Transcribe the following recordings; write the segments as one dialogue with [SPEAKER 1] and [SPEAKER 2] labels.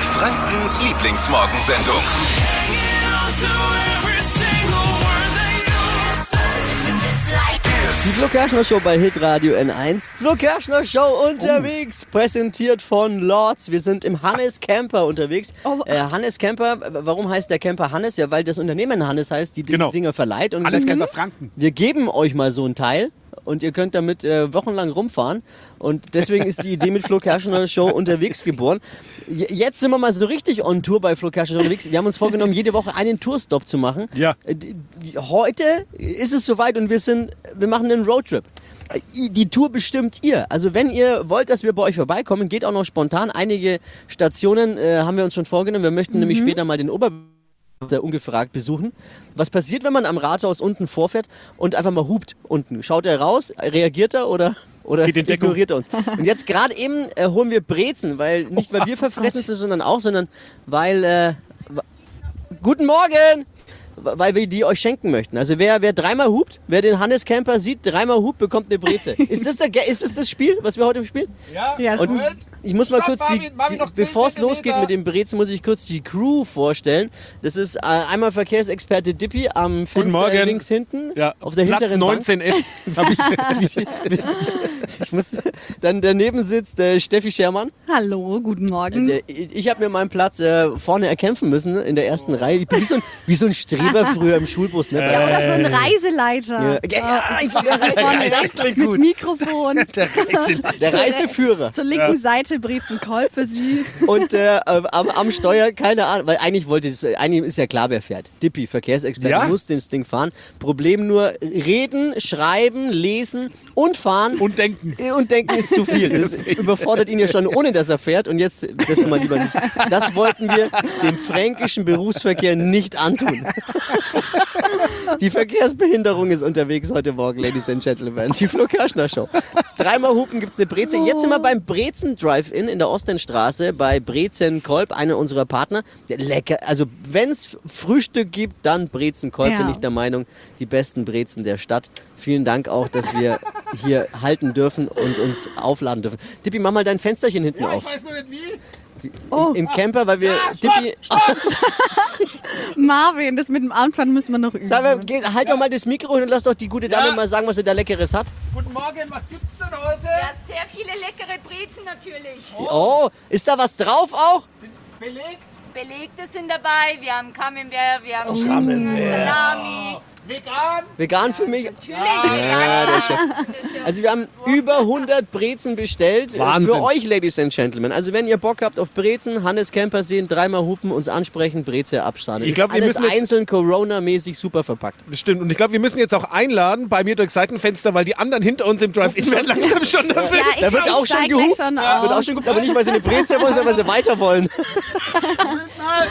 [SPEAKER 1] Frankens Lieblingsmorgensendung.
[SPEAKER 2] Die Flo Kerschner Show bei Hitradio N1. Flo Kerschner Show unterwegs, präsentiert von Lords. Wir sind im Hannes Camper unterwegs. Äh, Hannes Camper, w- warum heißt der Camper Hannes? Ja, weil das Unternehmen Hannes heißt, die die
[SPEAKER 3] Genau.
[SPEAKER 2] Dinger verleiht. Und
[SPEAKER 3] Alles
[SPEAKER 2] sagt,
[SPEAKER 3] Camper Franken.
[SPEAKER 2] Wir geben euch mal so ein Teil und ihr könnt damit äh, wochenlang rumfahren. Und deswegen ist die Idee mit Flo Kerschner Show unterwegs geboren. J jetzt sind wir mal so richtig on Tour bei Flo Kerschner Show unterwegs. Wir haben uns vorgenommen, jede Woche einen Tourstop zu machen.
[SPEAKER 3] Ja.
[SPEAKER 2] Äh, d- d- Heute ist es soweit und wir sind, wir machen einen Roadtrip. Äh, i- Die Tour bestimmt ihr. Also wenn ihr wollt, dass wir bei euch vorbeikommen, geht auch noch spontan. Einige Stationen äh, haben wir uns schon vorgenommen. Wir möchten nämlich später mal den Ober da ungefragt besuchen. Was passiert, wenn man am Rathaus unten vorfährt und einfach mal hupt unten? Schaut er raus, reagiert er oder, oder
[SPEAKER 3] Geht in Deckung.
[SPEAKER 2] ignoriert er uns? Und jetzt gerade eben äh, holen wir Brezen, weil nicht weil wir verfressen sind, sondern auch, sondern weil äh, wa- guten Morgen, weil wir die euch schenken möchten. Also wer wer dreimal hupt, wer den Hannes Camper sieht, dreimal hupt, bekommt eine Breze. ist das der, Ge- ist das das Spiel, was wir heute spielen?
[SPEAKER 4] Ja,
[SPEAKER 2] Und ich muss mal
[SPEAKER 3] Stopp,
[SPEAKER 2] kurz, die,
[SPEAKER 3] Marvin, Marvin, noch
[SPEAKER 2] die,
[SPEAKER 3] 10
[SPEAKER 2] bevor es
[SPEAKER 3] Zentimeter.
[SPEAKER 2] losgeht mit dem Brezen, muss ich kurz die Crew vorstellen. Das ist äh, einmal Verkehrsexperte Dippy am Fenster
[SPEAKER 3] Morgen.
[SPEAKER 2] links hinten
[SPEAKER 3] Ja,
[SPEAKER 2] auf der
[SPEAKER 3] Platz
[SPEAKER 2] hinteren
[SPEAKER 3] 19F. Hab ich,
[SPEAKER 2] Bank. ich muss, dann daneben sitzt äh, Steffi Schermann.
[SPEAKER 4] Hallo, guten Morgen.
[SPEAKER 2] Der, ich habe mir meinen Platz äh, vorne erkämpfen müssen in der ersten Reihe. Ich bin wie so ein, wie so ein Streber früher im Schulbus. Ne?
[SPEAKER 4] ja, oder so ein Reiseleiter.
[SPEAKER 2] Ja, ja, Ah, ich, der,
[SPEAKER 4] Vorne
[SPEAKER 2] das klingt
[SPEAKER 4] mit
[SPEAKER 2] gut.
[SPEAKER 4] Mikrofon.
[SPEAKER 2] Der Reiseführer.
[SPEAKER 4] Zur linken Seite Brezenkoll für Sie.
[SPEAKER 2] Und äh, am, am Steuer, keine Ahnung, weil eigentlich wollte es, eigentlich ist ja klar, wer fährt. Dippi, Verkehrsexperte,
[SPEAKER 3] Ja?
[SPEAKER 2] muss das Ding fahren. Problem nur, reden, schreiben, lesen und fahren.
[SPEAKER 3] und denken.
[SPEAKER 2] Und denken ist zu viel. Das überfordert ihn ja schon, ohne dass er fährt. Und jetzt, das mal lieber nicht. Das wollten wir dem fränkischen Berufsverkehr nicht antun. Die Verkehrsbehinderung ist unterwegs heute Morgen, Ladies and Gentlemen. Die Flo Kerschner Show. Dreimal Hupen gibt's eine Breze. Jetzt sind wir beim Brezen Drive-In in der Ostendstraße bei Brezen Kolb, einer unserer Partner. Der Lecker. Also, wenn's Frühstück gibt, dann Brezen Kolb,
[SPEAKER 4] Ja.
[SPEAKER 2] bin ich der Meinung. Die besten Brezen der Stadt. Vielen Dank auch, dass wir hier halten dürfen und uns aufladen dürfen. Dippi, mach mal dein Fensterchen hinten auf.
[SPEAKER 3] weiß nur nicht wie.
[SPEAKER 4] Oh,
[SPEAKER 2] Im Camper, weil wir. Dippi,
[SPEAKER 4] Marvin, das mit dem Anfang müssen wir noch üben.
[SPEAKER 2] sag mal, geh- halt doch mal das Mikro hin und lass doch die gute Dame
[SPEAKER 3] Ja.
[SPEAKER 2] mal sagen, was sie da Leckeres hat.
[SPEAKER 3] Guten Morgen, was gibt's denn heute?
[SPEAKER 5] Ja, sehr viele leckere Brezen natürlich.
[SPEAKER 2] Oh, ist da was drauf auch?
[SPEAKER 3] Belegt.
[SPEAKER 5] Belegte sind dabei, wir haben Camembert, wir haben Schinken, Salami.
[SPEAKER 3] Vegan.
[SPEAKER 2] Vegan für mich.
[SPEAKER 5] Natürlich.
[SPEAKER 2] Ja, der Chef. Also wir haben über 100 Brezen bestellt äh,
[SPEAKER 3] Wahnsinn.
[SPEAKER 2] für euch, Ladies and Gentlemen. Also wenn ihr Bock habt auf Brezen, Hannes Camper sehen, dreimal hupen, uns ansprechen, Breze absahnen.
[SPEAKER 3] Ich glaub,
[SPEAKER 2] Ist
[SPEAKER 3] wir
[SPEAKER 2] alles
[SPEAKER 3] müssen jetzt-
[SPEAKER 2] einzeln Corona-mäßig super verpackt.
[SPEAKER 3] Das stimmt. Und ich glaube, wir müssen jetzt auch einladen bei mir durchs Seitenfenster, weil die anderen hinter uns im Drive-In werden langsam schon nervös.
[SPEAKER 4] Ja, ich-
[SPEAKER 2] Da wird auch schon
[SPEAKER 4] steig
[SPEAKER 2] gehupt.
[SPEAKER 4] gleich schon
[SPEAKER 2] Ja, wird
[SPEAKER 4] aus.
[SPEAKER 2] auch schon gehupt, aber nicht, weil sie eine Breze wollen, sondern weil sie weiter wollen.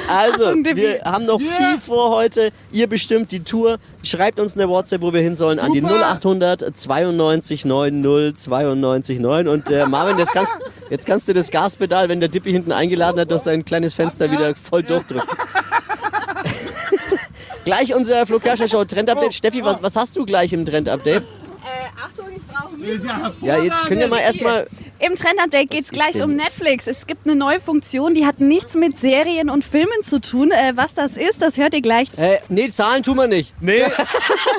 [SPEAKER 2] Also,
[SPEAKER 4] Achtung, Dippi.
[SPEAKER 2] wir haben noch viel vor heute. Ihr bestimmt die Tour. Schreibt uns eine WhatsApp, wo wir hin sollen, an die 0800 92 90 92 9. Und äh, Marvin, das kannst, jetzt kannst du das Gaspedal, wenn der Dippi hinten eingeladen hat, durch sein kleines Fenster wieder voll durchdrücken. gleich unser Flo Kerschner Show Trend-Update. Steffi, was, was hast du gleich im Trend-Update?
[SPEAKER 4] Äh,
[SPEAKER 2] Ja, jetzt können wir mal erstmal
[SPEAKER 4] Im Trendupdate geht es
[SPEAKER 2] ist
[SPEAKER 4] gleich
[SPEAKER 2] denn
[SPEAKER 4] um
[SPEAKER 2] hier?
[SPEAKER 4] Netflix. Es gibt eine neue Funktion, die hat nichts mit Serien und Filmen zu tun. Äh, was das ist, das hört ihr gleich.
[SPEAKER 2] Äh, nee, Zahlen tun wir nicht.
[SPEAKER 3] Nee, genau.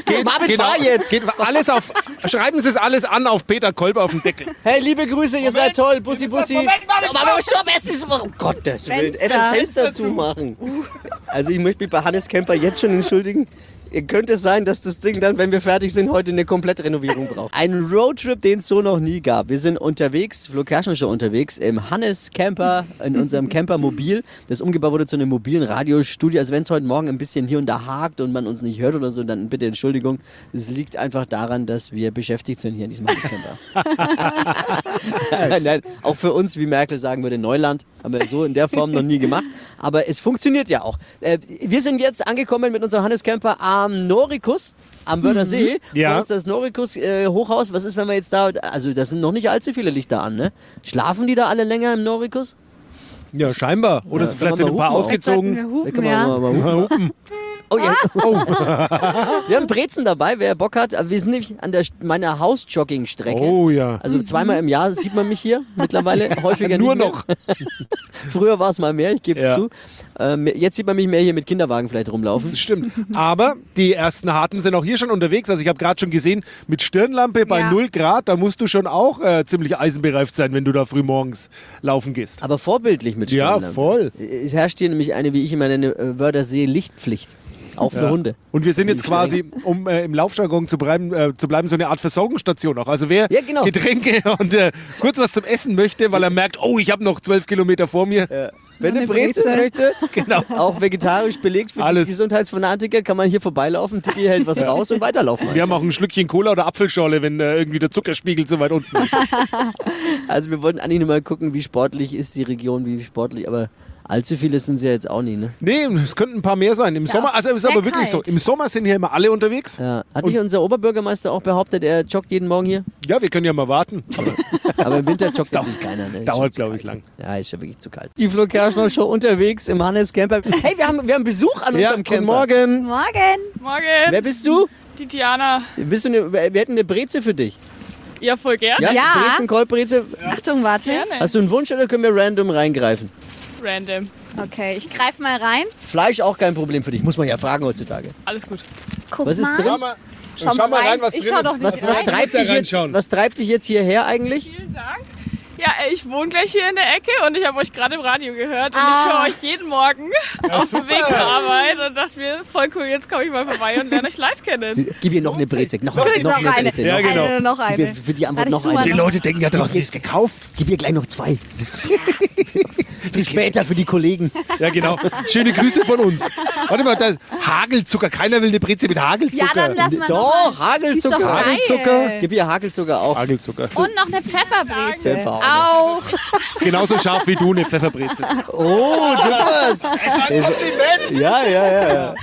[SPEAKER 2] Geht, Marvin, fahr jetzt.
[SPEAKER 3] Geht alles auf, schreiben Sie es alles an auf Peter Kolb auf den Deckel.
[SPEAKER 2] Hey, liebe Grüße, ihr seid toll. Bussi, Bussi. Aber Moment, stopp, es ist... Oh Gott, das will... Es ist Fenster zumachen. Also ich möchte mich bei Hannes Kemper jetzt schon entschuldigen. Ihr könnte es sein, dass das Ding dann, wenn wir fertig sind, heute eine Komplettrenovierung braucht. Ein Roadtrip, den es so noch nie gab. Wir sind unterwegs, Flo Kerschner Show unterwegs, im Hannes Camper, in unserem Camper Mobil. Das umgebaut wurde zu einem mobilen Radiostudio. Also wenn es heute Morgen ein bisschen hier und da hakt und man uns nicht hört oder so, dann bitte Entschuldigung. Es liegt einfach daran, dass wir beschäftigt sind hier in diesem Hannes Camper. Nein, nein, auch für uns, wie Merkel sagen würde, Neuland. Haben wir so in der Form noch nie gemacht. Aber es funktioniert ja auch. Äh, wir sind jetzt angekommen mit unserem Hannescamper am Norikus, am Wörthersee.
[SPEAKER 3] Mhm. Ja.
[SPEAKER 2] Vor uns das Norikus-Hochhaus. Was ist, wenn wir jetzt da... Also, da sind noch nicht allzu viele Lichter an, ne? Schlafen die da alle länger im Norikus?
[SPEAKER 3] Ja, scheinbar. Oder
[SPEAKER 2] Ja,
[SPEAKER 3] vielleicht
[SPEAKER 2] kann man
[SPEAKER 3] sind ein paar
[SPEAKER 2] mal hupen auch.
[SPEAKER 4] Jetzt sollten
[SPEAKER 3] ausgezogen.
[SPEAKER 4] wir
[SPEAKER 2] Da
[SPEAKER 4] hupen,
[SPEAKER 2] kann man
[SPEAKER 4] ja.
[SPEAKER 2] mal, mal hupen. Oh, ja.
[SPEAKER 3] Ah.
[SPEAKER 2] oh.
[SPEAKER 3] Oh.
[SPEAKER 2] Wir haben Brezen dabei, wer Bock hat. Wir sind nämlich an der, meiner Hausjogging-Strecke.
[SPEAKER 3] Oh ja.
[SPEAKER 2] Also zweimal im Jahr sieht man mich hier mittlerweile häufiger
[SPEAKER 3] Nur
[SPEAKER 2] nicht mehr.
[SPEAKER 3] noch.
[SPEAKER 2] Früher war es mal mehr, ich gebe es
[SPEAKER 3] Ja.
[SPEAKER 2] zu. Ähm, jetzt sieht man mich mehr hier mit Kinderwagen vielleicht rumlaufen.
[SPEAKER 3] Das stimmt. Aber die ersten Harten sind auch hier schon unterwegs. Also ich habe gerade schon gesehen, mit Stirnlampe bei
[SPEAKER 4] Ja.
[SPEAKER 3] 0 Grad, da musst du schon auch äh, ziemlich eisenbereift sein, wenn du da früh morgens laufen gehst.
[SPEAKER 2] Aber vorbildlich mit
[SPEAKER 3] Ja,
[SPEAKER 2] Stirnlampe.
[SPEAKER 3] voll.
[SPEAKER 2] Es herrscht hier nämlich eine, wie ich immer nenne, äh, Wördersee Lichtpflicht. Auch für
[SPEAKER 3] Ja.
[SPEAKER 2] Hunde.
[SPEAKER 3] Und wir sind jetzt
[SPEAKER 2] Die
[SPEAKER 3] quasi, um äh, im Laufjargon zu bleiben, äh, zu bleiben, so eine Art Versorgungsstation auch. Also wer
[SPEAKER 2] Ja, genau.
[SPEAKER 3] Getränke und äh, kurz was zum Essen möchte, weil er merkt, oh, ich habe noch zwölf Kilometer vor mir.
[SPEAKER 2] Wenn eine
[SPEAKER 4] eine
[SPEAKER 2] Brezel
[SPEAKER 4] Brezel.
[SPEAKER 2] möchte,
[SPEAKER 3] genau.
[SPEAKER 2] auch vegetarisch belegt für
[SPEAKER 3] Alles.
[SPEAKER 2] die Gesundheitsfanatiker, kann man hier vorbeilaufen, Tiki hält was raus und weiterlaufen.
[SPEAKER 3] Wir haben auch ein Schlückchen Cola oder Apfelschorle, wenn äh, irgendwie der Zuckerspiegel zu weit unten ist.
[SPEAKER 2] Also wir wollten eigentlich nur mal gucken, wie sportlich ist die Region, wie sportlich, aber allzu viele sind sie ja jetzt auch nie, ne?
[SPEAKER 3] nee, es könnten ein paar mehr sein. Im
[SPEAKER 4] ja
[SPEAKER 3] Sommer,
[SPEAKER 4] auch
[SPEAKER 3] also ist
[SPEAKER 4] sehr
[SPEAKER 3] aber wirklich so,
[SPEAKER 2] halt.
[SPEAKER 4] kalt.
[SPEAKER 3] im Sommer sind hier immer alle unterwegs.
[SPEAKER 2] Ja. Hat
[SPEAKER 3] Und-
[SPEAKER 2] nicht unser Oberbürgermeister auch behauptet, er joggt jeden Morgen hier?
[SPEAKER 3] Ja, wir können ja mal warten. Aber
[SPEAKER 2] Aber im Winter joggt natürlich keiner. Ne? Ist
[SPEAKER 3] dauert,
[SPEAKER 2] schon zu
[SPEAKER 3] glaub ich,
[SPEAKER 2] kalt. Ja, ist schon wirklich zu kalt. Die Flo Kerschner Show unterwegs im Hannes Camper. Hey, wir haben, wir haben Besuch an
[SPEAKER 3] ja,
[SPEAKER 2] unserem Camper.
[SPEAKER 3] guten Morgen.
[SPEAKER 4] Morgen.
[SPEAKER 6] Morgen,
[SPEAKER 2] Wer bist du?
[SPEAKER 6] Titiana.
[SPEAKER 2] Bist du eine, wir hätten eine Breze für dich.
[SPEAKER 6] Ja, voll gern.
[SPEAKER 4] Ja.
[SPEAKER 2] Brezen, Kohlbreze.
[SPEAKER 4] Achtung, warte.
[SPEAKER 6] Gerne.
[SPEAKER 2] Hast du einen Wunsch oder können wir random reingreifen?
[SPEAKER 6] Random.
[SPEAKER 4] Okay, ich greife mal rein.
[SPEAKER 2] Fleisch auch kein Problem für dich, muss man ja fragen heutzutage.
[SPEAKER 6] Alles gut.
[SPEAKER 4] Guck
[SPEAKER 2] Was ist
[SPEAKER 4] mal.
[SPEAKER 2] drin?
[SPEAKER 3] mal,
[SPEAKER 4] Schau mal rein. Ich schau doch nicht
[SPEAKER 2] Was, was,
[SPEAKER 4] rein.
[SPEAKER 2] treibt
[SPEAKER 3] da
[SPEAKER 2] dich jetzt,
[SPEAKER 3] reinschauen.
[SPEAKER 2] was treibt dich jetzt hierher eigentlich?
[SPEAKER 6] Vielen Dank. Ja, äh, ich wohne gleich hier in der Ecke und ich habe euch gerade im Radio gehört und
[SPEAKER 4] Ah.
[SPEAKER 6] ich höre euch jeden Morgen auf dem Weg zur Arbeit und dachte mir, voll cool, jetzt komme ich mal vorbei und lerne euch live kennen.
[SPEAKER 2] Gib ihr noch eine Breze. Noch, noch,
[SPEAKER 4] Noch
[SPEAKER 2] eine
[SPEAKER 4] eine.
[SPEAKER 2] Breze.
[SPEAKER 3] Ja,
[SPEAKER 2] noch.
[SPEAKER 3] genau.
[SPEAKER 4] Eine, noch
[SPEAKER 2] Gib
[SPEAKER 4] eine.
[SPEAKER 2] ihr für die Antwort
[SPEAKER 4] Warte, ich
[SPEAKER 2] noch
[SPEAKER 4] suche
[SPEAKER 2] eine.
[SPEAKER 4] mal noch.
[SPEAKER 3] Leute denken ja draußen, die ist gekauft.
[SPEAKER 2] Gib ihr gleich noch zwei. Das- Für später für die Kollegen.
[SPEAKER 3] Ja, genau. Schöne Grüße von uns. Warte mal, da ist Hagelzucker. Keiner will eine Breze mit Hagelzucker.
[SPEAKER 4] Ja, dann lass mal
[SPEAKER 2] Doch, halt.
[SPEAKER 4] Die ist doch
[SPEAKER 2] Hagelzucker.
[SPEAKER 4] geil.
[SPEAKER 3] Hagelzucker.
[SPEAKER 2] Gib ihr Hagelzucker auch.
[SPEAKER 3] Hagelzucker.
[SPEAKER 4] Und noch eine Pfefferbreze.
[SPEAKER 2] Pfeffer auch noch.
[SPEAKER 4] Auch.
[SPEAKER 3] Genauso scharf wie du eine Pfefferbreze.
[SPEAKER 2] Oh, du warst. Ja, ja, ja, ja.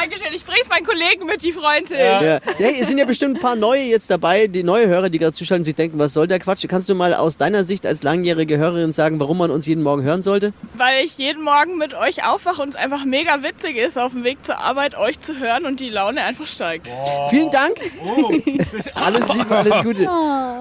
[SPEAKER 6] Dankeschön, ich bring's meinen Kollegen mit, die freuen sich.
[SPEAKER 2] ja. ja. Es sind ja bestimmt ein paar neue jetzt dabei, die neue Hörer, die gerade zuschalten und sich denken, was soll der Quatsch? Kannst du mal aus deiner Sicht als langjährige Hörerin sagen, warum man uns jeden Morgen hören sollte?
[SPEAKER 6] Weil ich jeden Morgen mit euch aufwache und es einfach mega witzig ist, auf dem Weg zur Arbeit euch zu hören und die Laune einfach steigt.
[SPEAKER 2] Vielen Dank. Alles Liebe, alles Gute.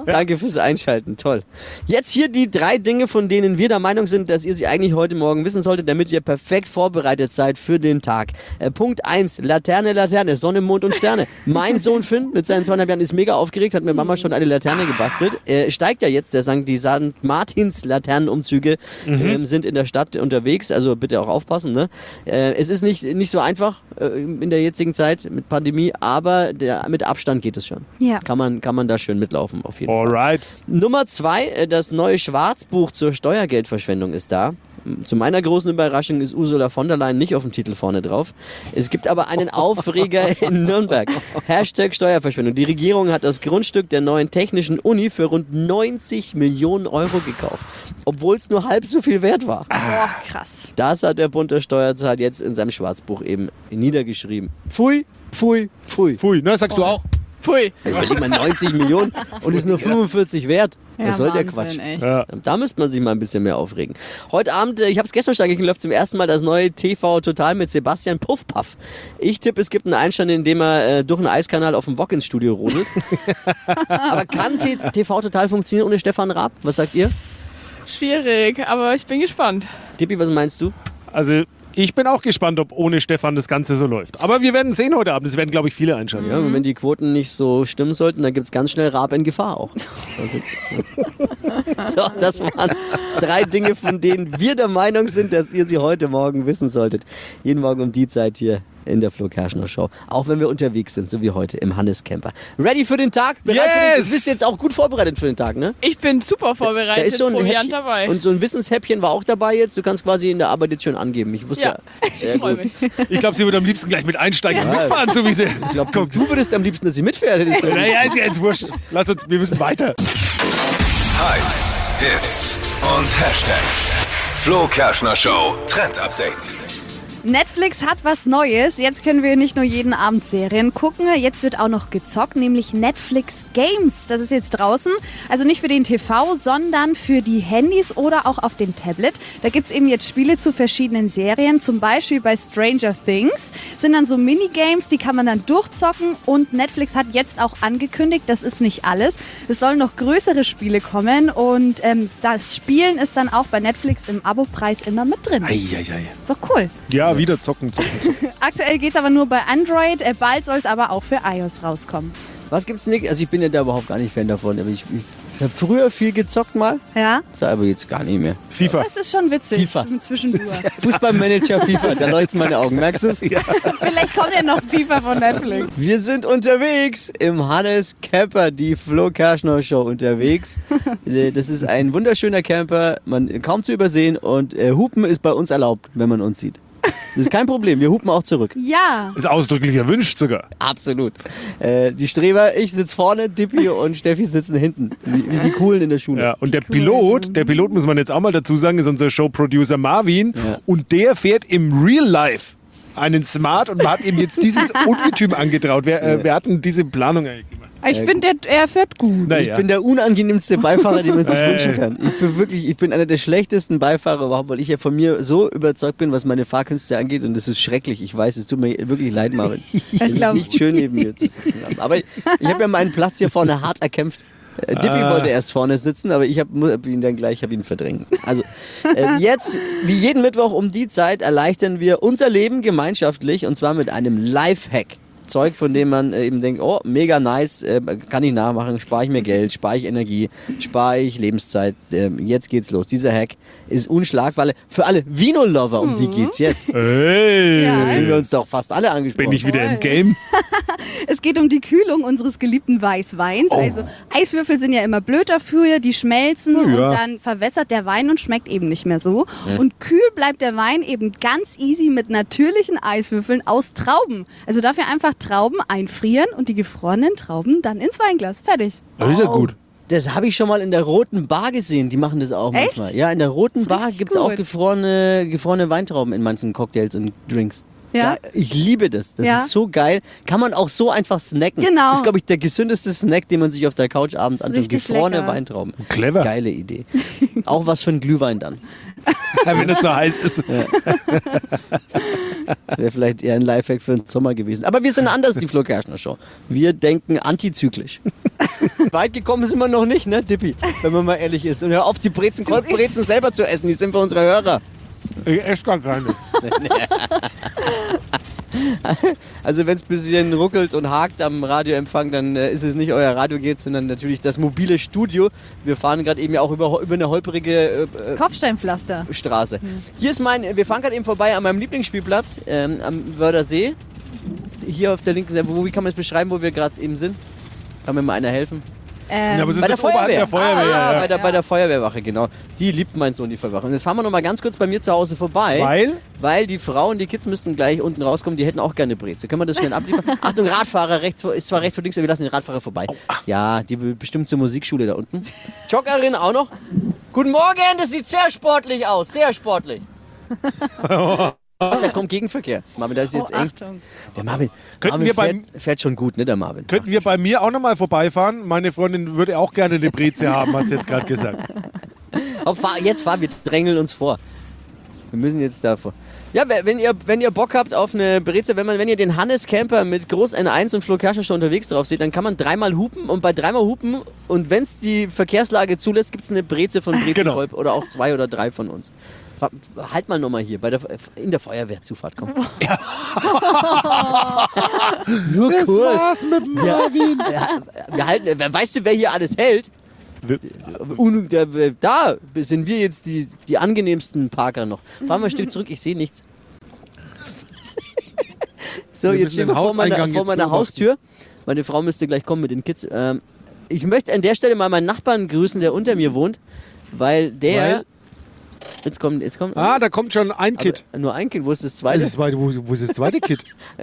[SPEAKER 2] Danke fürs Einschalten. Toll. Jetzt hier die drei Dinge, von denen wir der Meinung sind, dass ihr sie eigentlich heute Morgen wissen solltet, damit ihr perfekt vorbereitet seid für den Tag. Äh, Punkt 1. Laterne, Laterne, Sonne, Mond und Sterne. Mein Sohn Finn mit seinen zweieinhalb Jahren ist mega aufgeregt, hat mir Mama schon eine Laterne gebastelt. Äh, steigt ja jetzt der Sankt, die St. Martins Laternenumzüge ähm, sind in der Stadt unterwegs, also bitte auch aufpassen. Ne? Äh, es ist nicht, nicht so einfach äh, in der jetzigen Zeit mit Pandemie, aber der, mit Abstand geht es schon.
[SPEAKER 4] Ja.
[SPEAKER 2] Kann man, kann man da schön mitlaufen, auf jeden Fall.
[SPEAKER 3] Alright.
[SPEAKER 2] Nummer zwei, äh, das neue Schwarzbuch zur Steuergeldverschwendung ist da. M- Zu meiner großen Überraschung ist Ursula von der Leyen nicht auf dem Titel vorne drauf. Es gibt aber einen Aufreger in Nürnberg. Hashtag Steuerverschwendung. Die Regierung hat das Grundstück der neuen Technischen Uni für rund 90 Millionen Euro gekauft, obwohl es nur halb so viel wert war.
[SPEAKER 4] Boah, krass.
[SPEAKER 2] Das hat der Bund der Steuerzahler jetzt in seinem Schwarzbuch eben niedergeschrieben. Pfui, pfui, pfui.
[SPEAKER 3] Pfui, ne, sagst du
[SPEAKER 4] Oh,
[SPEAKER 3] auch.
[SPEAKER 6] Pfui.
[SPEAKER 2] Überleg mal, 90 Millionen und ist nur 45 wert.
[SPEAKER 4] Ja,
[SPEAKER 2] Was soll der Quatsch?
[SPEAKER 4] Wahnsinn, echt.
[SPEAKER 3] Ja.
[SPEAKER 2] Da müsste man sich mal ein bisschen mehr aufregen. Heute Abend, äh, ich habe es gestern schon angekündigt, läuft zum ersten Mal das neue TV Total mit Sebastian Puffpaff. Ich tippe, es gibt einen Einstand, in dem er äh, durch einen Eiskanal auf dem Wok ins Studio rodelt. Aber kann T TV Total funktionieren ohne Stefan Raab? Was sagt ihr?
[SPEAKER 6] Schwierig, aber ich bin gespannt.
[SPEAKER 2] Tippi, was meinst du?
[SPEAKER 3] Also ich bin auch gespannt, ob ohne Stefan das Ganze so läuft. Aber wir werden sehen heute Abend. Es werden, glaube ich, viele einschalten.
[SPEAKER 2] Ja, und wenn die Quoten nicht so stimmen sollten, dann gibt's ganz schnell Raab in Gefahr auch. Also, so, das waren drei Dinge, von denen wir der Meinung sind, dass ihr sie heute Morgen wissen solltet. Jeden Morgen um die Zeit hier in der Flo Kerschner Show. Auch wenn wir unterwegs sind, so wie heute im Hannes Camper. Ready für den Tag? Bereit Für den,
[SPEAKER 3] Yes!
[SPEAKER 2] du bist jetzt auch gut vorbereitet für den Tag, ne?
[SPEAKER 6] Ich bin super vorbereitet, Proviant
[SPEAKER 2] Häppchen-
[SPEAKER 6] dabei.
[SPEAKER 2] und so ein Wissenshäppchen war auch dabei jetzt. Du kannst quasi in der Arbeit jetzt schon angeben. Ich wusste
[SPEAKER 6] ja,
[SPEAKER 2] Sehr
[SPEAKER 6] ich freue
[SPEAKER 2] gut.
[SPEAKER 6] mich.
[SPEAKER 4] Mhm.
[SPEAKER 3] Ich glaube, sie würde am liebsten gleich mit einsteigen und mitfahren, so wie sie.
[SPEAKER 2] Ich glaube, du, du würdest am liebsten, dass sie mitfährt. hättest du-
[SPEAKER 3] Naja, ist ja jetzt wurscht. Lass uns, wir müssen weiter.
[SPEAKER 1] Hypes, Hits und Hashtags. Flo Kerschner Show Trend Update.
[SPEAKER 4] Netflix hat was Neues. Jetzt können wir nicht nur jeden Abend Serien gucken. Jetzt wird auch noch gezockt, nämlich Netflix Games. Das ist jetzt draußen. Also nicht für den TV, sondern für die Handys oder auch auf dem Tablet. Da gibt's eben jetzt Spiele zu verschiedenen Serien. Zum Beispiel bei Stranger Things sind dann so Minigames, die kann man dann durchzocken. Und Netflix hat jetzt auch angekündigt, das ist nicht alles. Es sollen noch größere Spiele kommen. Und ähm, das Spielen ist dann auch bei Netflix im Abopreis immer mit drin.
[SPEAKER 3] Eieiei.
[SPEAKER 4] Ist doch cool.
[SPEAKER 3] Ja, wieder zocken, zocken, zocken.
[SPEAKER 4] Aktuell geht's aber nur bei Android. Äh, Bald soll's aber auch für iOS rauskommen.
[SPEAKER 2] Was gibt's nicht? Also ich bin ja da überhaupt gar nicht Fan davon. Aber ich, ich habe früher viel gezockt mal,
[SPEAKER 4] Ja?
[SPEAKER 2] aber jetzt gar nicht mehr.
[SPEAKER 3] FIFA.
[SPEAKER 4] Das ist schon witzig.
[SPEAKER 2] FIFA.
[SPEAKER 4] Zwischendurch.
[SPEAKER 2] Fußballmanager FIFA, da leuchten meine Augen, merkst du's?
[SPEAKER 4] Vielleicht kommt ja noch FIFA von Netflix.
[SPEAKER 2] Wir sind unterwegs im Hannes Camper, die Flo Kerschner Show unterwegs. Äh, Das ist ein wunderschöner Camper, man kaum zu übersehen und äh, Hupen ist bei uns erlaubt, wenn man uns sieht. Das ist kein Problem, wir hupen auch zurück.
[SPEAKER 4] Ja.
[SPEAKER 3] Ist ausdrücklich erwünscht sogar.
[SPEAKER 2] Absolut. Äh, die Streber, ich sitz vorne, Dippi und Steffi sitzen hinten, wie, wie die Coolen in der Schule.
[SPEAKER 3] Ja, und der Pilot, der Pilot muss man jetzt auch mal dazu sagen, ist unser Showproducer Marvin. Und der fährt im Real Life einen Smart und man hat ihm jetzt dieses Ungetüm angetraut. Wer, äh, wer hat denn diese Planung eigentlich gemacht?
[SPEAKER 4] Ich finde, er fährt gut.
[SPEAKER 3] Naja.
[SPEAKER 2] Ich bin der unangenehmste Beifahrer, den man sich
[SPEAKER 3] Ey.
[SPEAKER 2] wünschen kann. Ich bin wirklich, ich bin einer der schlechtesten Beifahrer überhaupt, weil ich ja von mir so überzeugt bin, was meine Fahrkünste angeht. Und das ist schrecklich. Ich weiß, es tut mir wirklich leid, Marvin. Es ist
[SPEAKER 4] glaub-
[SPEAKER 2] nicht schön, neben mir zu sitzen. Aber ich, ich habe ja meinen Platz hier vorne hart erkämpft. Äh, Dippi
[SPEAKER 3] Ah.
[SPEAKER 2] wollte erst vorne sitzen, aber ich habe hab ihn dann gleich, habe ihn verdrängt. Also äh, jetzt, wie jeden Mittwoch um die Zeit, erleichtern wir unser Leben gemeinschaftlich und zwar mit einem Lifehack. Zeug, von dem man äh, eben denkt, oh, mega nice, äh, kann ich nachmachen, spare ich mir Geld, spare ich Energie, spare ich Lebenszeit. ähm, jetzt geht's los. Dieser Hack ist unschlagbar. Für alle Vino-Lover, um die geht's jetzt.
[SPEAKER 3] Hey,
[SPEAKER 2] Fühlen wir uns doch fast alle angesprochen.
[SPEAKER 3] bin ich wieder im Game?
[SPEAKER 4] Es geht um die Kühlung unseres geliebten Weißweins. Also Eiswürfel sind ja immer blöd dafür, die schmelzen
[SPEAKER 3] ja.
[SPEAKER 4] und dann verwässert der Wein und schmeckt eben nicht mehr so. Und kühl bleibt der Wein eben ganz easy mit natürlichen Eiswürfeln aus Trauben. Also dafür einfach Trauben einfrieren und die gefrorenen Trauben dann ins Weinglas. Fertig.
[SPEAKER 3] Das ist ja gut.
[SPEAKER 2] Das habe ich schon mal in der roten Bar gesehen. Die machen das auch
[SPEAKER 4] Echt?
[SPEAKER 2] manchmal. Ja, in der roten
[SPEAKER 4] ist
[SPEAKER 2] Bar
[SPEAKER 4] richtig
[SPEAKER 2] gibt's auch
[SPEAKER 4] gut.
[SPEAKER 2] gefrorene, gefrorene Weintrauben in manchen Cocktails und Drinks.
[SPEAKER 4] Ja.
[SPEAKER 2] Da, ich liebe das. Das
[SPEAKER 4] Ja.
[SPEAKER 2] ist so geil. Kann man auch so einfach snacken.
[SPEAKER 4] Genau.
[SPEAKER 2] Ist, glaube ich, der gesündeste Snack, den man sich auf der Couch abends antut.
[SPEAKER 4] richtig
[SPEAKER 2] Gefrorene
[SPEAKER 4] lecker.
[SPEAKER 2] Weintrauben.
[SPEAKER 3] Clever.
[SPEAKER 2] Geile Idee. auch was für ein Glühwein dann.
[SPEAKER 3] Wenn es so heiß ist.
[SPEAKER 2] Das wäre vielleicht eher ein Lifehack für den Sommer gewesen. Aber wir sind anders, die Flo Kerschner Show. Wir denken antizyklisch. Weit gekommen sind wir noch nicht, ne, Dippi? Wenn man mal ehrlich ist. Und hör auf, die Brezen, Brezen selber zu essen. Die sind für unsere Hörer.
[SPEAKER 3] Ich esse Äh, gar
[SPEAKER 2] Ähm,
[SPEAKER 3] keine.
[SPEAKER 2] Also wenn es ein bisschen ruckelt und hakt am Radioempfang, dann äh, ist es nicht euer Radio geht, sondern natürlich das mobile Studio. Wir fahren gerade eben ja auch über, über eine holprige äh, äh,
[SPEAKER 4] Kopfsteinpflaster.
[SPEAKER 2] Straße. Hier ist mein, wir fahren gerade eben vorbei an meinem Lieblingsspielplatz ähm, am Wördersee. Hier auf der linken Seite, wo, wie kann man es beschreiben, wo wir gerade eben sind? Kann mir mal einer helfen?
[SPEAKER 4] Ähm,
[SPEAKER 3] Ja, aber es
[SPEAKER 2] bei
[SPEAKER 3] ist
[SPEAKER 2] der
[SPEAKER 3] das oberhalb
[SPEAKER 2] Feuerwehr.
[SPEAKER 3] der Feuerwehr.
[SPEAKER 2] Ah,
[SPEAKER 3] ja,
[SPEAKER 2] bei,
[SPEAKER 3] ja.
[SPEAKER 2] der, bei der Feuerwehrwache, genau. Die liebt mein Sohn, die Feuerwache. Und jetzt fahren wir nochmal ganz kurz bei mir zu Hause vorbei.
[SPEAKER 3] Weil?
[SPEAKER 2] Weil die Frauen, die Kids müssten gleich unten rauskommen, die hätten auch gerne Breze. Können wir das schnell abliefern? Achtung, Radfahrer, rechts vor, ist zwar rechts vor links, aber wir lassen den Radfahrer vorbei. Ja, die will bestimmt zur Musikschule da unten. Joggerin auch noch. Guten Morgen, das sieht sehr sportlich aus, sehr sportlich. da kommt Gegenverkehr. Marvin, das ist jetzt eng.
[SPEAKER 4] Achtung.
[SPEAKER 2] Der Marvin,
[SPEAKER 3] Oh, Könnten
[SPEAKER 2] Marvin
[SPEAKER 3] wir
[SPEAKER 2] fährt,
[SPEAKER 3] beim-
[SPEAKER 2] fährt schon gut, ne, der Marvin?
[SPEAKER 3] Könnten wir bei mir auch nochmal vorbeifahren? Meine Freundin würde auch gerne eine Breze haben, hat sie jetzt gerade gesagt.
[SPEAKER 2] Hopp, fahr, jetzt fahr, wir drängeln uns vor. Wir müssen jetzt davor. Ja, wer- wenn ihr, wenn ihr Bock habt auf eine Breze, wenn, man, wenn ihr den Hannes Camper mit Groß N1 und Flo Kerschner schon unterwegs drauf seht, dann kann man dreimal hupen und bei dreimal hupen und wenn es die Verkehrslage zulässt, gibt es eine Breze von Brezenkolb oder auch zwei oder drei von uns. Fa- Halt mal nochmal hier, bei der, in der Feuerwehrzufahrt, komm. Nur kurz.
[SPEAKER 3] mit
[SPEAKER 2] Ja, ja, wir halten, äh, wer- weißt du, wer hier alles hält? Äh, Un da, da sind wir jetzt die, die angenehmsten Parker noch. Fahren wir still zurück, ich sehe nichts. so,
[SPEAKER 3] Wir müssen
[SPEAKER 2] jetzt stehen wir
[SPEAKER 3] den
[SPEAKER 2] vor meiner,
[SPEAKER 3] Hauseingang
[SPEAKER 2] vor
[SPEAKER 3] jetzt
[SPEAKER 2] meiner
[SPEAKER 3] beobachten.
[SPEAKER 2] Haustür. Meine Frau müsste gleich kommen mit den Kids. Ähm, ich möchte an der Stelle mal meinen Nachbarn grüßen, der unter mir wohnt, weil der
[SPEAKER 3] Weil?
[SPEAKER 2] Jetzt kommt, jetzt kommt.
[SPEAKER 3] Ah, da kommt schon ein Kid.
[SPEAKER 2] Aber Nur ein Kind, wo ist das
[SPEAKER 3] Das
[SPEAKER 2] zweite?
[SPEAKER 3] ist das zweite, wo, wo ist das zweite Kid?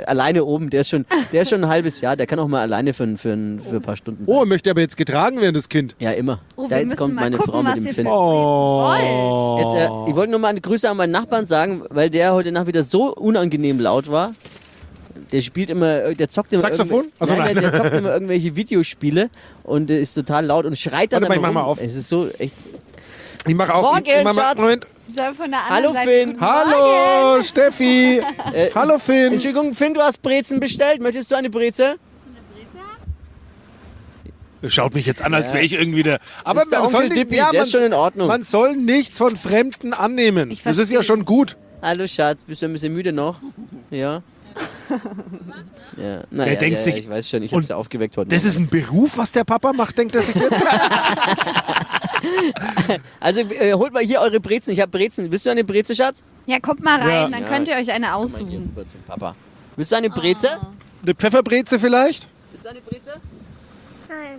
[SPEAKER 2] alleine oben, der ist schon, der ist schon ein halbes Jahr, der kann auch mal alleine für, ein- für, ein- für ein paar Stunden sein.
[SPEAKER 3] Oh, möchte aber jetzt getragen werden, das Kind.
[SPEAKER 2] Ja, immer.
[SPEAKER 4] Oh,
[SPEAKER 2] da
[SPEAKER 4] wir
[SPEAKER 2] jetzt
[SPEAKER 4] müssen
[SPEAKER 2] kommt
[SPEAKER 4] mal
[SPEAKER 2] meine
[SPEAKER 4] gucken,
[SPEAKER 2] Frau mit
[SPEAKER 4] was
[SPEAKER 2] dem
[SPEAKER 4] ihr
[SPEAKER 2] Finn.
[SPEAKER 3] Oh.
[SPEAKER 2] Jetzt, äh, ich wollte nur mal eine Grüße an meinen Nachbarn sagen, weil der heute Nacht wieder so unangenehm laut war. Der spielt immer, äh, der zockt immer.
[SPEAKER 3] Saxophon?
[SPEAKER 2] irgendwel-
[SPEAKER 3] Ach so,
[SPEAKER 2] nein,
[SPEAKER 3] nein.
[SPEAKER 2] Der, der zockt immer irgendwelche Videospiele und äh, ist total laut und schreit dann
[SPEAKER 3] Warte
[SPEAKER 2] immer
[SPEAKER 3] mal, ich mach
[SPEAKER 2] rum.
[SPEAKER 3] mal auf.
[SPEAKER 2] Es ist so echt.
[SPEAKER 3] Ich mache auch.
[SPEAKER 2] Morgen,
[SPEAKER 3] ich mach mal,
[SPEAKER 2] Schatz.
[SPEAKER 3] Moment.
[SPEAKER 4] Soll von der anderen
[SPEAKER 2] Hallo
[SPEAKER 4] Seite
[SPEAKER 2] Finn.
[SPEAKER 3] Hallo, Steffi.
[SPEAKER 2] Äh,
[SPEAKER 3] Hallo, Finn.
[SPEAKER 2] Entschuldigung, Finn, du hast Brezen bestellt. Möchtest du eine Breze?
[SPEAKER 3] Schaut mich jetzt an, als wäre ich irgendwie der. Aber
[SPEAKER 2] Das ist der Onkel Dippi, der ist schon in Ordnung.
[SPEAKER 3] man soll nichts von Fremden annehmen. das ist ja schon gut.
[SPEAKER 2] Hallo Schatz, bist du ein bisschen müde noch? Ja. ja. Naja,
[SPEAKER 3] Der denkt
[SPEAKER 2] ja,
[SPEAKER 3] sich-
[SPEAKER 2] ja, ich weiß schon, ich
[SPEAKER 3] und
[SPEAKER 2] hab's ja aufgeweckt heute.
[SPEAKER 3] Das
[SPEAKER 2] Morgen.
[SPEAKER 3] ist ein Beruf, was der Papa macht, denkt er sich jetzt.
[SPEAKER 2] also äh, holt mal hier eure Brezen. Ich habe Brezen. Willst du eine Breze, Schatz?
[SPEAKER 4] Ja, kommt mal rein,
[SPEAKER 3] Ja.
[SPEAKER 4] dann
[SPEAKER 2] Ja.
[SPEAKER 4] könnt ihr euch eine
[SPEAKER 2] Mal hier
[SPEAKER 4] aussuchen.
[SPEAKER 2] rüber zum Papa. Willst du eine Breze?
[SPEAKER 3] Eine Pfefferbreze vielleicht?
[SPEAKER 2] Willst du eine Breze?
[SPEAKER 7] Nein.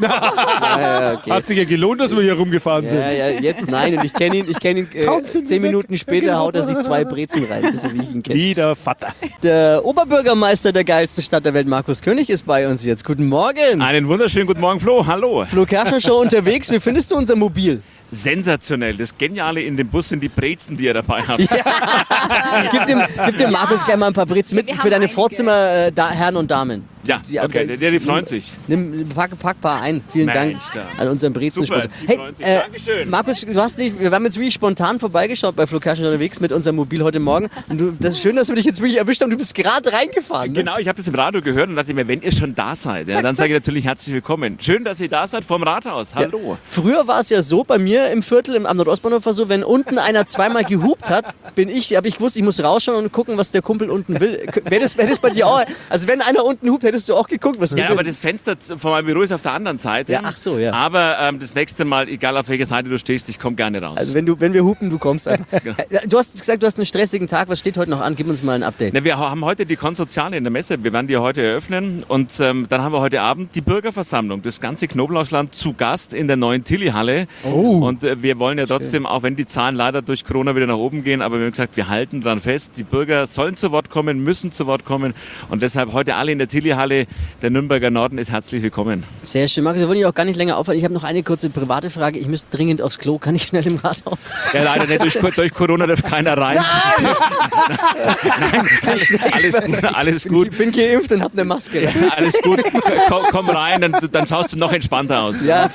[SPEAKER 2] Ja, ja, Äh, okay.
[SPEAKER 3] Hat sich ja gelohnt, dass wir hier rumgefahren
[SPEAKER 2] Ja,
[SPEAKER 3] sind.
[SPEAKER 2] ja, jetzt nein. Und ich kenne ihn, ich kenne ihn.
[SPEAKER 3] Kaum
[SPEAKER 2] Äh,
[SPEAKER 3] sind wir
[SPEAKER 2] zehn
[SPEAKER 3] weg.
[SPEAKER 2] Minuten später
[SPEAKER 3] Genau.
[SPEAKER 2] haut er sich zwei Brezen rein, so wie ich ihn kenne.
[SPEAKER 3] Wieder Vater.
[SPEAKER 2] Der Oberbürgermeister der geilsten Stadt der Welt, Markus König, ist bei uns jetzt. Guten Morgen.
[SPEAKER 8] Einen wunderschönen guten Morgen, Flo. Hallo.
[SPEAKER 2] Flo Kerschner Show unterwegs. Wie findest du unser Mobil?
[SPEAKER 8] Sensationell. Das Geniale in dem Bus sind die Brezen, die ihr dabei habt.
[SPEAKER 2] Gib dem, gib dem Markus gleich mal ein paar Brezen mit
[SPEAKER 4] wir
[SPEAKER 2] für
[SPEAKER 4] haben
[SPEAKER 2] deine
[SPEAKER 4] einige.
[SPEAKER 2] Vorzimmer, äh, da, Herren und Damen.
[SPEAKER 8] Ja, okay. Der, der die freut sich.
[SPEAKER 2] Nimm, pack, pack paar ein. Vielen
[SPEAKER 8] Mensch,
[SPEAKER 2] Dank
[SPEAKER 8] da.
[SPEAKER 2] an unseren Brezensponsor.
[SPEAKER 8] Super, die
[SPEAKER 2] Hey,
[SPEAKER 8] 90,
[SPEAKER 2] äh,
[SPEAKER 8] Dankeschön.
[SPEAKER 2] Markus, du hast nicht, wir haben jetzt wirklich spontan vorbeigeschaut bei Flo Kerschner unterwegs mit unserem Mobil heute Morgen. Und du, das ist schön, dass wir dich jetzt wirklich erwischt haben. Du bist gerade reingefahren. Ne?
[SPEAKER 8] Genau, ich habe das im Radio gehört und dachte mir, wenn ihr schon da seid, ja, dann sage ich natürlich herzlich willkommen. Schön, dass ihr da seid vom Rathaus. Hallo.
[SPEAKER 2] Früher war es ja so bei mir im Viertel im, am Nordostbahnhof war so, wenn unten einer zweimal gehupt hat, bin ich, habe ich gewusst, ich muss rausschauen und gucken, was der Kumpel unten will. Wäre das, wär das bei dir auch? Also wenn einer unten hupt, hättest du auch geguckt, was
[SPEAKER 8] Ja,
[SPEAKER 2] will
[SPEAKER 8] aber
[SPEAKER 2] der?
[SPEAKER 8] das Fenster z- von meinem Büro ist auf der anderen Seite.
[SPEAKER 2] Ja, ach so, ja.
[SPEAKER 8] Aber ähm, das nächste Mal, egal auf welcher Seite du stehst, ich komme gerne raus.
[SPEAKER 2] Also wenn du, wenn wir hupen, du kommst einfach.
[SPEAKER 8] Genau.
[SPEAKER 2] Äh, Du hast gesagt, du hast einen stressigen Tag. Was steht heute noch an? Gib uns mal ein Update.
[SPEAKER 8] Na, wir haben heute die Konsortiale in der Messe. Wir werden die heute eröffnen. Und ähm, dann haben wir heute Abend die Bürgerversammlung. Das ganze Knoblauchsland zu Gast in der neuen Tilly-Halle. Oh. Und äh, wir wollen ja trotzdem, auch wenn die Zahlen leider durch Corona wieder nach oben gehen, aber wir haben gesagt, wir halten dran fest. Die Bürger sollen zu Wort kommen, müssen zu Wort kommen. Und deshalb heute alle in der Tilly-Halle. Der Nürnberger Norden ist herzlich willkommen.
[SPEAKER 2] Sehr schön, Markus. Wir wollen dich auch gar nicht länger aufhalten. Ich habe noch eine kurze private Frage. Ich müsste dringend aufs Klo. Kann ich schnell im Rathaus?
[SPEAKER 8] Ja, leider nicht. Durch, durch Corona darf keiner rein. Nein! Nein, alles, gut, alles gut.
[SPEAKER 2] Ich bin geimpft und habe eine Maske.
[SPEAKER 8] Ja, alles gut. Komm, komm rein, dann, dann schaust du noch entspannter aus.
[SPEAKER 2] Ja,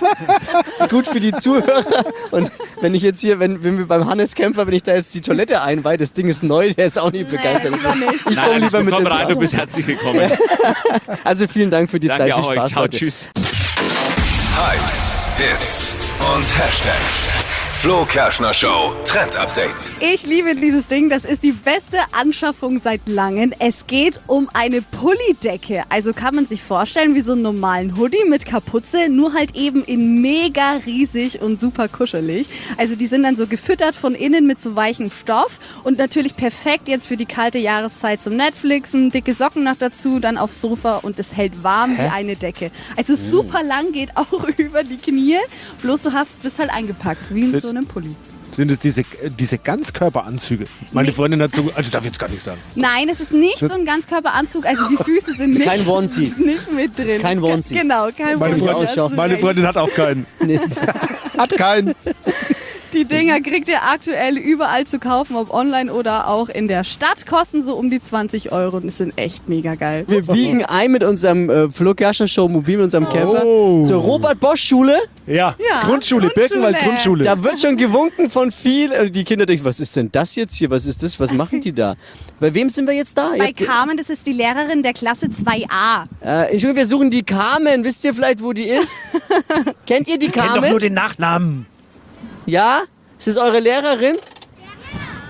[SPEAKER 2] ist gut für die Zuhörer. Und wenn ich jetzt hier, wenn, wenn wir beim Hannes Kämpfer, wenn ich da jetzt die Toilette einweihe, das Ding ist neu, der ist auch nicht begeistert. Ich
[SPEAKER 8] Nein,
[SPEAKER 2] komme
[SPEAKER 8] alles
[SPEAKER 2] lieber
[SPEAKER 8] gut,
[SPEAKER 2] mit
[SPEAKER 8] komm
[SPEAKER 2] ins
[SPEAKER 8] rein, du
[SPEAKER 2] Auto.
[SPEAKER 8] bist herzlich willkommen.
[SPEAKER 2] Also vielen Dank für die Zeit.
[SPEAKER 8] Danke
[SPEAKER 2] Viel
[SPEAKER 8] auch euch.
[SPEAKER 2] Spaß
[SPEAKER 8] Ciao,
[SPEAKER 2] heute.
[SPEAKER 8] tschüss.
[SPEAKER 1] Hypes, Hits und Hashtags. Flo Kerschner Show Trend Update.
[SPEAKER 4] Ich liebe dieses Ding. Das ist die beste Anschaffung seit langem. Es geht um eine Pullidecke. Also kann man sich vorstellen wie so einen normalen Hoodie mit Kapuze, nur halt eben in mega riesig und super kuschelig. Also die sind dann so gefüttert von innen mit so weichem Stoff und natürlich perfekt jetzt für die kalte Jahreszeit zum Netflixen. Dicke Socken noch dazu, dann aufs Sofa und es hält warm wie eine Decke. Also super lang, geht auch über die Knie. Bloß du hast, bist halt eingepackt, wie in
[SPEAKER 3] Sit.
[SPEAKER 4] so einem Pulli.
[SPEAKER 3] Sind es diese, äh, diese Ganzkörperanzüge? Meine Freundin hat so. Also darf ich jetzt gar nicht sagen.
[SPEAKER 4] Nein, es ist nicht so ein Ganzkörperanzug. Also die Füße sind nicht,
[SPEAKER 2] kein Onesie.
[SPEAKER 4] ist nicht mit drin.
[SPEAKER 2] kein
[SPEAKER 4] Ke-
[SPEAKER 2] Onesie.
[SPEAKER 4] Genau, kein
[SPEAKER 3] Meine
[SPEAKER 4] Onesie.
[SPEAKER 3] Freundin,
[SPEAKER 4] Hast du
[SPEAKER 3] meine
[SPEAKER 4] recht.
[SPEAKER 3] Freundin hat auch keinen. Hat keinen.
[SPEAKER 4] Die Dinger kriegt ihr aktuell überall zu kaufen, ob online oder auch in der Stadt. Kosten so um die 20 Euro und sind echt mega geil.
[SPEAKER 2] Wir biegen ein mit unserem äh, Flo Kerschner Show Mobil, mit unserem Camper zur Robert-Bosch-Schule.
[SPEAKER 3] Ja.
[SPEAKER 4] Ja,
[SPEAKER 3] Grundschule,
[SPEAKER 4] Grundschule.
[SPEAKER 3] Birkenwald Grundschule.
[SPEAKER 2] Da wird schon gewunken von viel. Äh, Die Kinder denken, was ist denn das jetzt hier? Was ist das? Was machen die da? Bei wem sind wir jetzt da? Ihr
[SPEAKER 4] Bei
[SPEAKER 2] habt-
[SPEAKER 4] Carmen, das ist die Lehrerin der Klasse 2a.
[SPEAKER 2] Äh, Entschuldigung, wir suchen die Carmen. Wisst ihr vielleicht, wo die ist? Kennt ihr die Carmen?
[SPEAKER 3] den Nachnamen.
[SPEAKER 2] Ja? Ist das eure Lehrerin?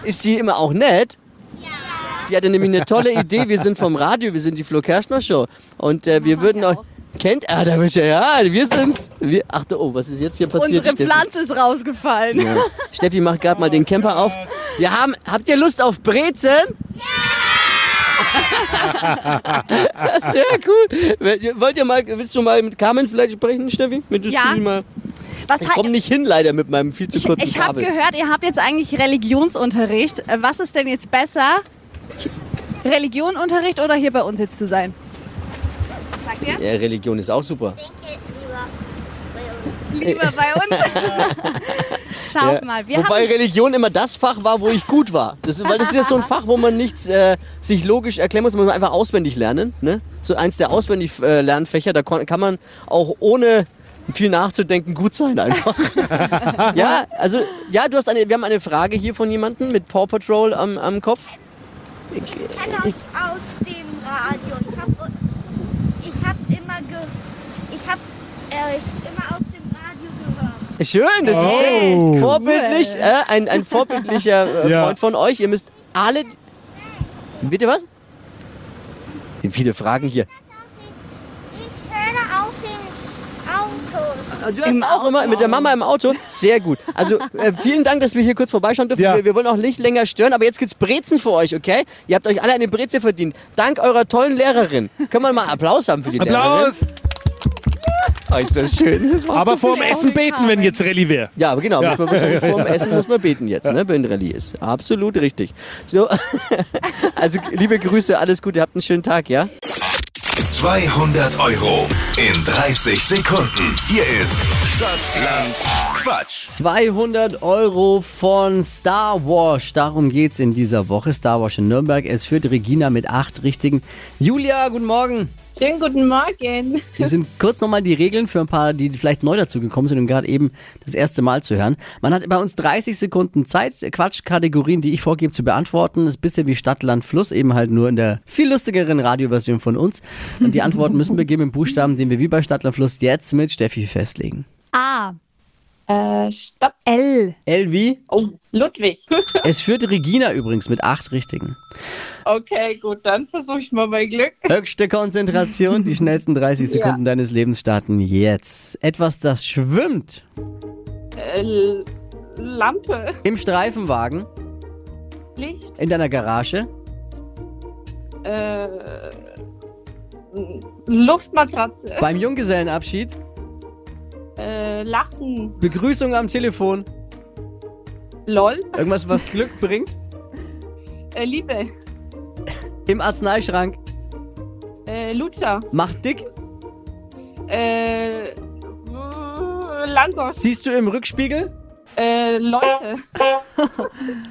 [SPEAKER 2] Ist sie immer auch nett? Die hatte nämlich eine tolle Idee. Wir sind vom Radio, wir sind die Flo Kerschner Show. Und äh, wir würden euch. Kennt er, da wird ja, ja, wir sind's. Wir, ach, du- oh, was ist jetzt hier passiert?
[SPEAKER 4] Unsere
[SPEAKER 2] Steffi?
[SPEAKER 4] Pflanze ist rausgefallen.
[SPEAKER 2] Ja. Steffi macht gerade mal den Camper auf. Wir haben, habt ihr Lust auf Brezen? Ja! Sehr cool. Wollt ihr mal, willst du mal mit Carmen vielleicht sprechen, Steffi? Mit
[SPEAKER 4] Ja.
[SPEAKER 2] Mal
[SPEAKER 4] Was
[SPEAKER 9] Ich
[SPEAKER 4] hat-
[SPEAKER 9] komme nicht hin, leider, mit meinem viel zu
[SPEAKER 4] ich
[SPEAKER 9] kurzen
[SPEAKER 4] ich habe
[SPEAKER 9] Kabel.
[SPEAKER 4] gehört, ihr habt jetzt eigentlich Religionsunterricht. Äh, Was ist denn jetzt besser? Religionunterricht oder hier bei uns jetzt zu sein? Was sagt ihr?
[SPEAKER 9] ja, Religion ist auch super.
[SPEAKER 4] Lieber bei uns. Schaut
[SPEAKER 9] Ja.
[SPEAKER 4] mal, wir
[SPEAKER 9] Wobei
[SPEAKER 4] haben
[SPEAKER 9] Religion immer das Fach war, wo ich gut war. Das, weil das ist ja so ein Fach, wo man nichts äh, sich logisch erklären muss, man einfach auswendig lernen. Ne? So eins der auswendig äh, Lernfächer, da kon- kann man auch ohne viel nachzudenken gut sein einfach. ja, also ja, du hast eine, wir haben eine Frage hier von jemandem mit Paw Patrol am, am Kopf.
[SPEAKER 7] kenne euch aus dem Radio. Ich habe ich hab immer ge, ich habe euch immer aus dem Radio gehört.
[SPEAKER 9] Schön, das
[SPEAKER 3] Oh.
[SPEAKER 9] ist vorbildlich, äh, ein, ein vorbildlicher äh,
[SPEAKER 3] Ja.
[SPEAKER 9] Freund von euch. Ihr müsst alle. Bitte was? Sind viele Fragen hier.
[SPEAKER 7] Ich höre auf den Autos.
[SPEAKER 9] Du hast auch immer mit der Mama im Auto. Sehr gut. Also äh, vielen Dank, dass wir hier kurz vorbeischauen dürfen.
[SPEAKER 3] Ja.
[SPEAKER 9] Wir, wir wollen auch nicht länger stören, aber jetzt gibt's Brezen für euch, okay? Ihr habt euch alle eine Breze verdient. Dank eurer tollen Lehrerin. Können wir mal Applaus haben für die Lehrerin?
[SPEAKER 3] Applaus!
[SPEAKER 9] Oh, ist das schön. Das macht
[SPEAKER 3] Aber
[SPEAKER 9] so
[SPEAKER 3] vorm
[SPEAKER 9] viel
[SPEAKER 3] Essen beten, wenn jetzt Rallye wäre.
[SPEAKER 9] Ja, aber genau.
[SPEAKER 3] Ja.
[SPEAKER 9] Muss man, muss man, vorm Essen muss man beten jetzt, ne, wenn Rallye ist. Absolut richtig. So, also liebe Grüße, alles Gute, habt einen schönen Tag, ja?
[SPEAKER 1] 200 Euro in 30 Sekunden. Hier ist Stadtland Quatsch.
[SPEAKER 2] 200 Euro von Star Wars. Darum geht's in dieser Woche. Star Wars in Nürnberg. Es führt Regina mit acht richtigen. Julia, guten Morgen.
[SPEAKER 10] Schönen guten Morgen.
[SPEAKER 2] Hier sind kurz nochmal die Regeln für ein paar, die vielleicht neu dazugekommen sind und gerade eben das erste Mal zu hören. Man hat bei uns 30 Sekunden Zeit, Quatschkategorien, die ich vorgebe, zu beantworten. Ist ein bisschen wie Stadt, Land, Fluss, eben halt nur in der viel lustigeren Radioversion von uns. Und die Antworten müssen wir geben im Buchstaben, den wir wie bei Stadt, Land, Fluss jetzt mit Steffi festlegen.
[SPEAKER 4] A,
[SPEAKER 10] Äh, stopp.
[SPEAKER 4] L,
[SPEAKER 2] Elvi,
[SPEAKER 10] Oh, Ludwig.
[SPEAKER 2] es führt Regina übrigens mit acht Richtigen.
[SPEAKER 10] Okay, gut, dann versuche ich mal mein Glück.
[SPEAKER 2] Höchste Konzentration, die schnellsten 30 Sekunden deines Lebens starten jetzt. Etwas, das schwimmt
[SPEAKER 10] Äh, L- Lampe,
[SPEAKER 2] im Streifenwagen,
[SPEAKER 10] Licht,
[SPEAKER 2] in deiner Garage,
[SPEAKER 10] äh, Luftmatratze,
[SPEAKER 2] beim Junggesellenabschied,
[SPEAKER 10] äh, Lachen,
[SPEAKER 2] Begrüßung am Telefon,
[SPEAKER 10] LOL,
[SPEAKER 2] irgendwas, was Glück bringt,
[SPEAKER 10] äh, Liebe,
[SPEAKER 2] im Arzneischrank,
[SPEAKER 10] äh, Lutscher,
[SPEAKER 2] macht dick,
[SPEAKER 10] äh, w- Langosch,
[SPEAKER 2] siehst du im Rückspiegel?
[SPEAKER 10] äh, Leute.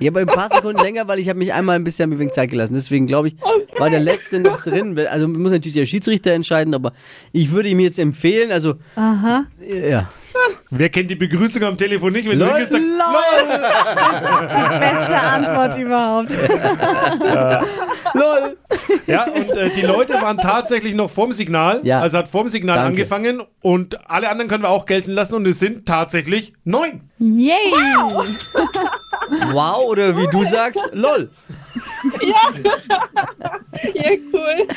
[SPEAKER 2] Ich habe ein paar Sekunden länger, weil ich habe mich einmal ein bisschen wegen Zeit gelassen. Deswegen glaube ich, war der letzte noch drin. Also muss natürlich der Schiedsrichter entscheiden, aber ich würde ihm jetzt empfehlen, also
[SPEAKER 4] aha,
[SPEAKER 2] ja.
[SPEAKER 3] Wer kennt die Begrüßung am Telefon nicht, wenn
[SPEAKER 2] Lol.
[SPEAKER 3] du sagst,
[SPEAKER 4] beste Antwort überhaupt.
[SPEAKER 2] Lol.
[SPEAKER 3] Ja, und äh, die Leute waren tatsächlich noch vorm Signal.
[SPEAKER 2] Ja.
[SPEAKER 3] Also hat vorm Signal
[SPEAKER 2] Danke.
[SPEAKER 3] angefangen und alle anderen können wir auch gelten lassen und es sind tatsächlich neun.
[SPEAKER 4] Yay!
[SPEAKER 2] Wow, oder wie du sagst, lol.
[SPEAKER 10] Ja, cool.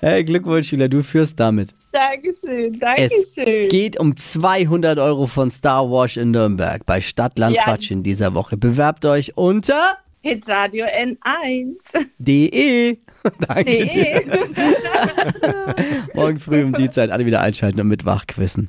[SPEAKER 2] Hey, Glückwunsch, Schüler, du führst damit.
[SPEAKER 10] Dankeschön,
[SPEAKER 2] Es
[SPEAKER 10] Dankeschön.
[SPEAKER 2] geht um 200 Euro von Star Wars in Nürnberg bei Stadtland
[SPEAKER 10] Ja.
[SPEAKER 2] Quatsch in dieser Woche. Bewerbt euch unter
[SPEAKER 10] Hitradio N1.
[SPEAKER 2] de. E. Danke dir.
[SPEAKER 10] E.
[SPEAKER 2] Morgen früh um die Zeit alle wieder einschalten und mit wachquissen.